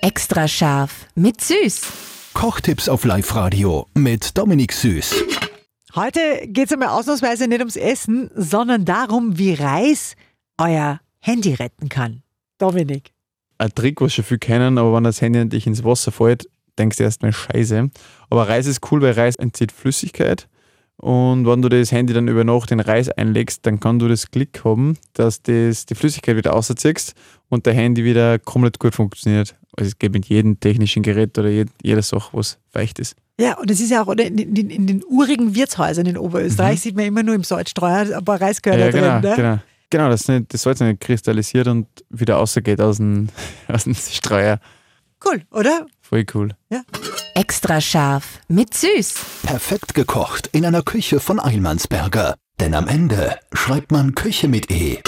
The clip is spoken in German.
Extra scharf mit Süß. Kochtipps auf Live-Radio mit Dominik Süß. Heute geht es einmal ausnahmsweise nicht ums Essen, sondern darum, wie Reis euer Handy retten kann. Dominik. ein Trick, was schon viel kennen, aber wenn das Handy an dich ins Wasser fällt, denkst du erstmal Scheiße. Aber Reis ist cool, weil Reis entzieht Flüssigkeit. Und wenn du das Handy dann über Nacht in Reis einlegst, dann kann du das Glück haben, dass das, die Flüssigkeit wieder rausziehst und der Handy wieder komplett gut funktioniert. Also es geht mit jedem technischen Gerät oder jed jeder Sache, was weicht ist. Ja, und es ist ja auch oder in, in, in den urigen Wirtshäusern in Oberösterreich, sieht man immer nur im Salzstreuer ein paar Reiskörner Mhm. ja, genau, drin. Ne? genau. Genau, dass nicht, das Salz nicht kristallisiert und wieder rausgeht aus dem, aus dem Streuer. Cool, oder? Voll cool. Extra scharf mit Süß. Perfekt gekocht in einer Küche von Eilmannsberger. Denn am Ende schreibt man Küche mit E.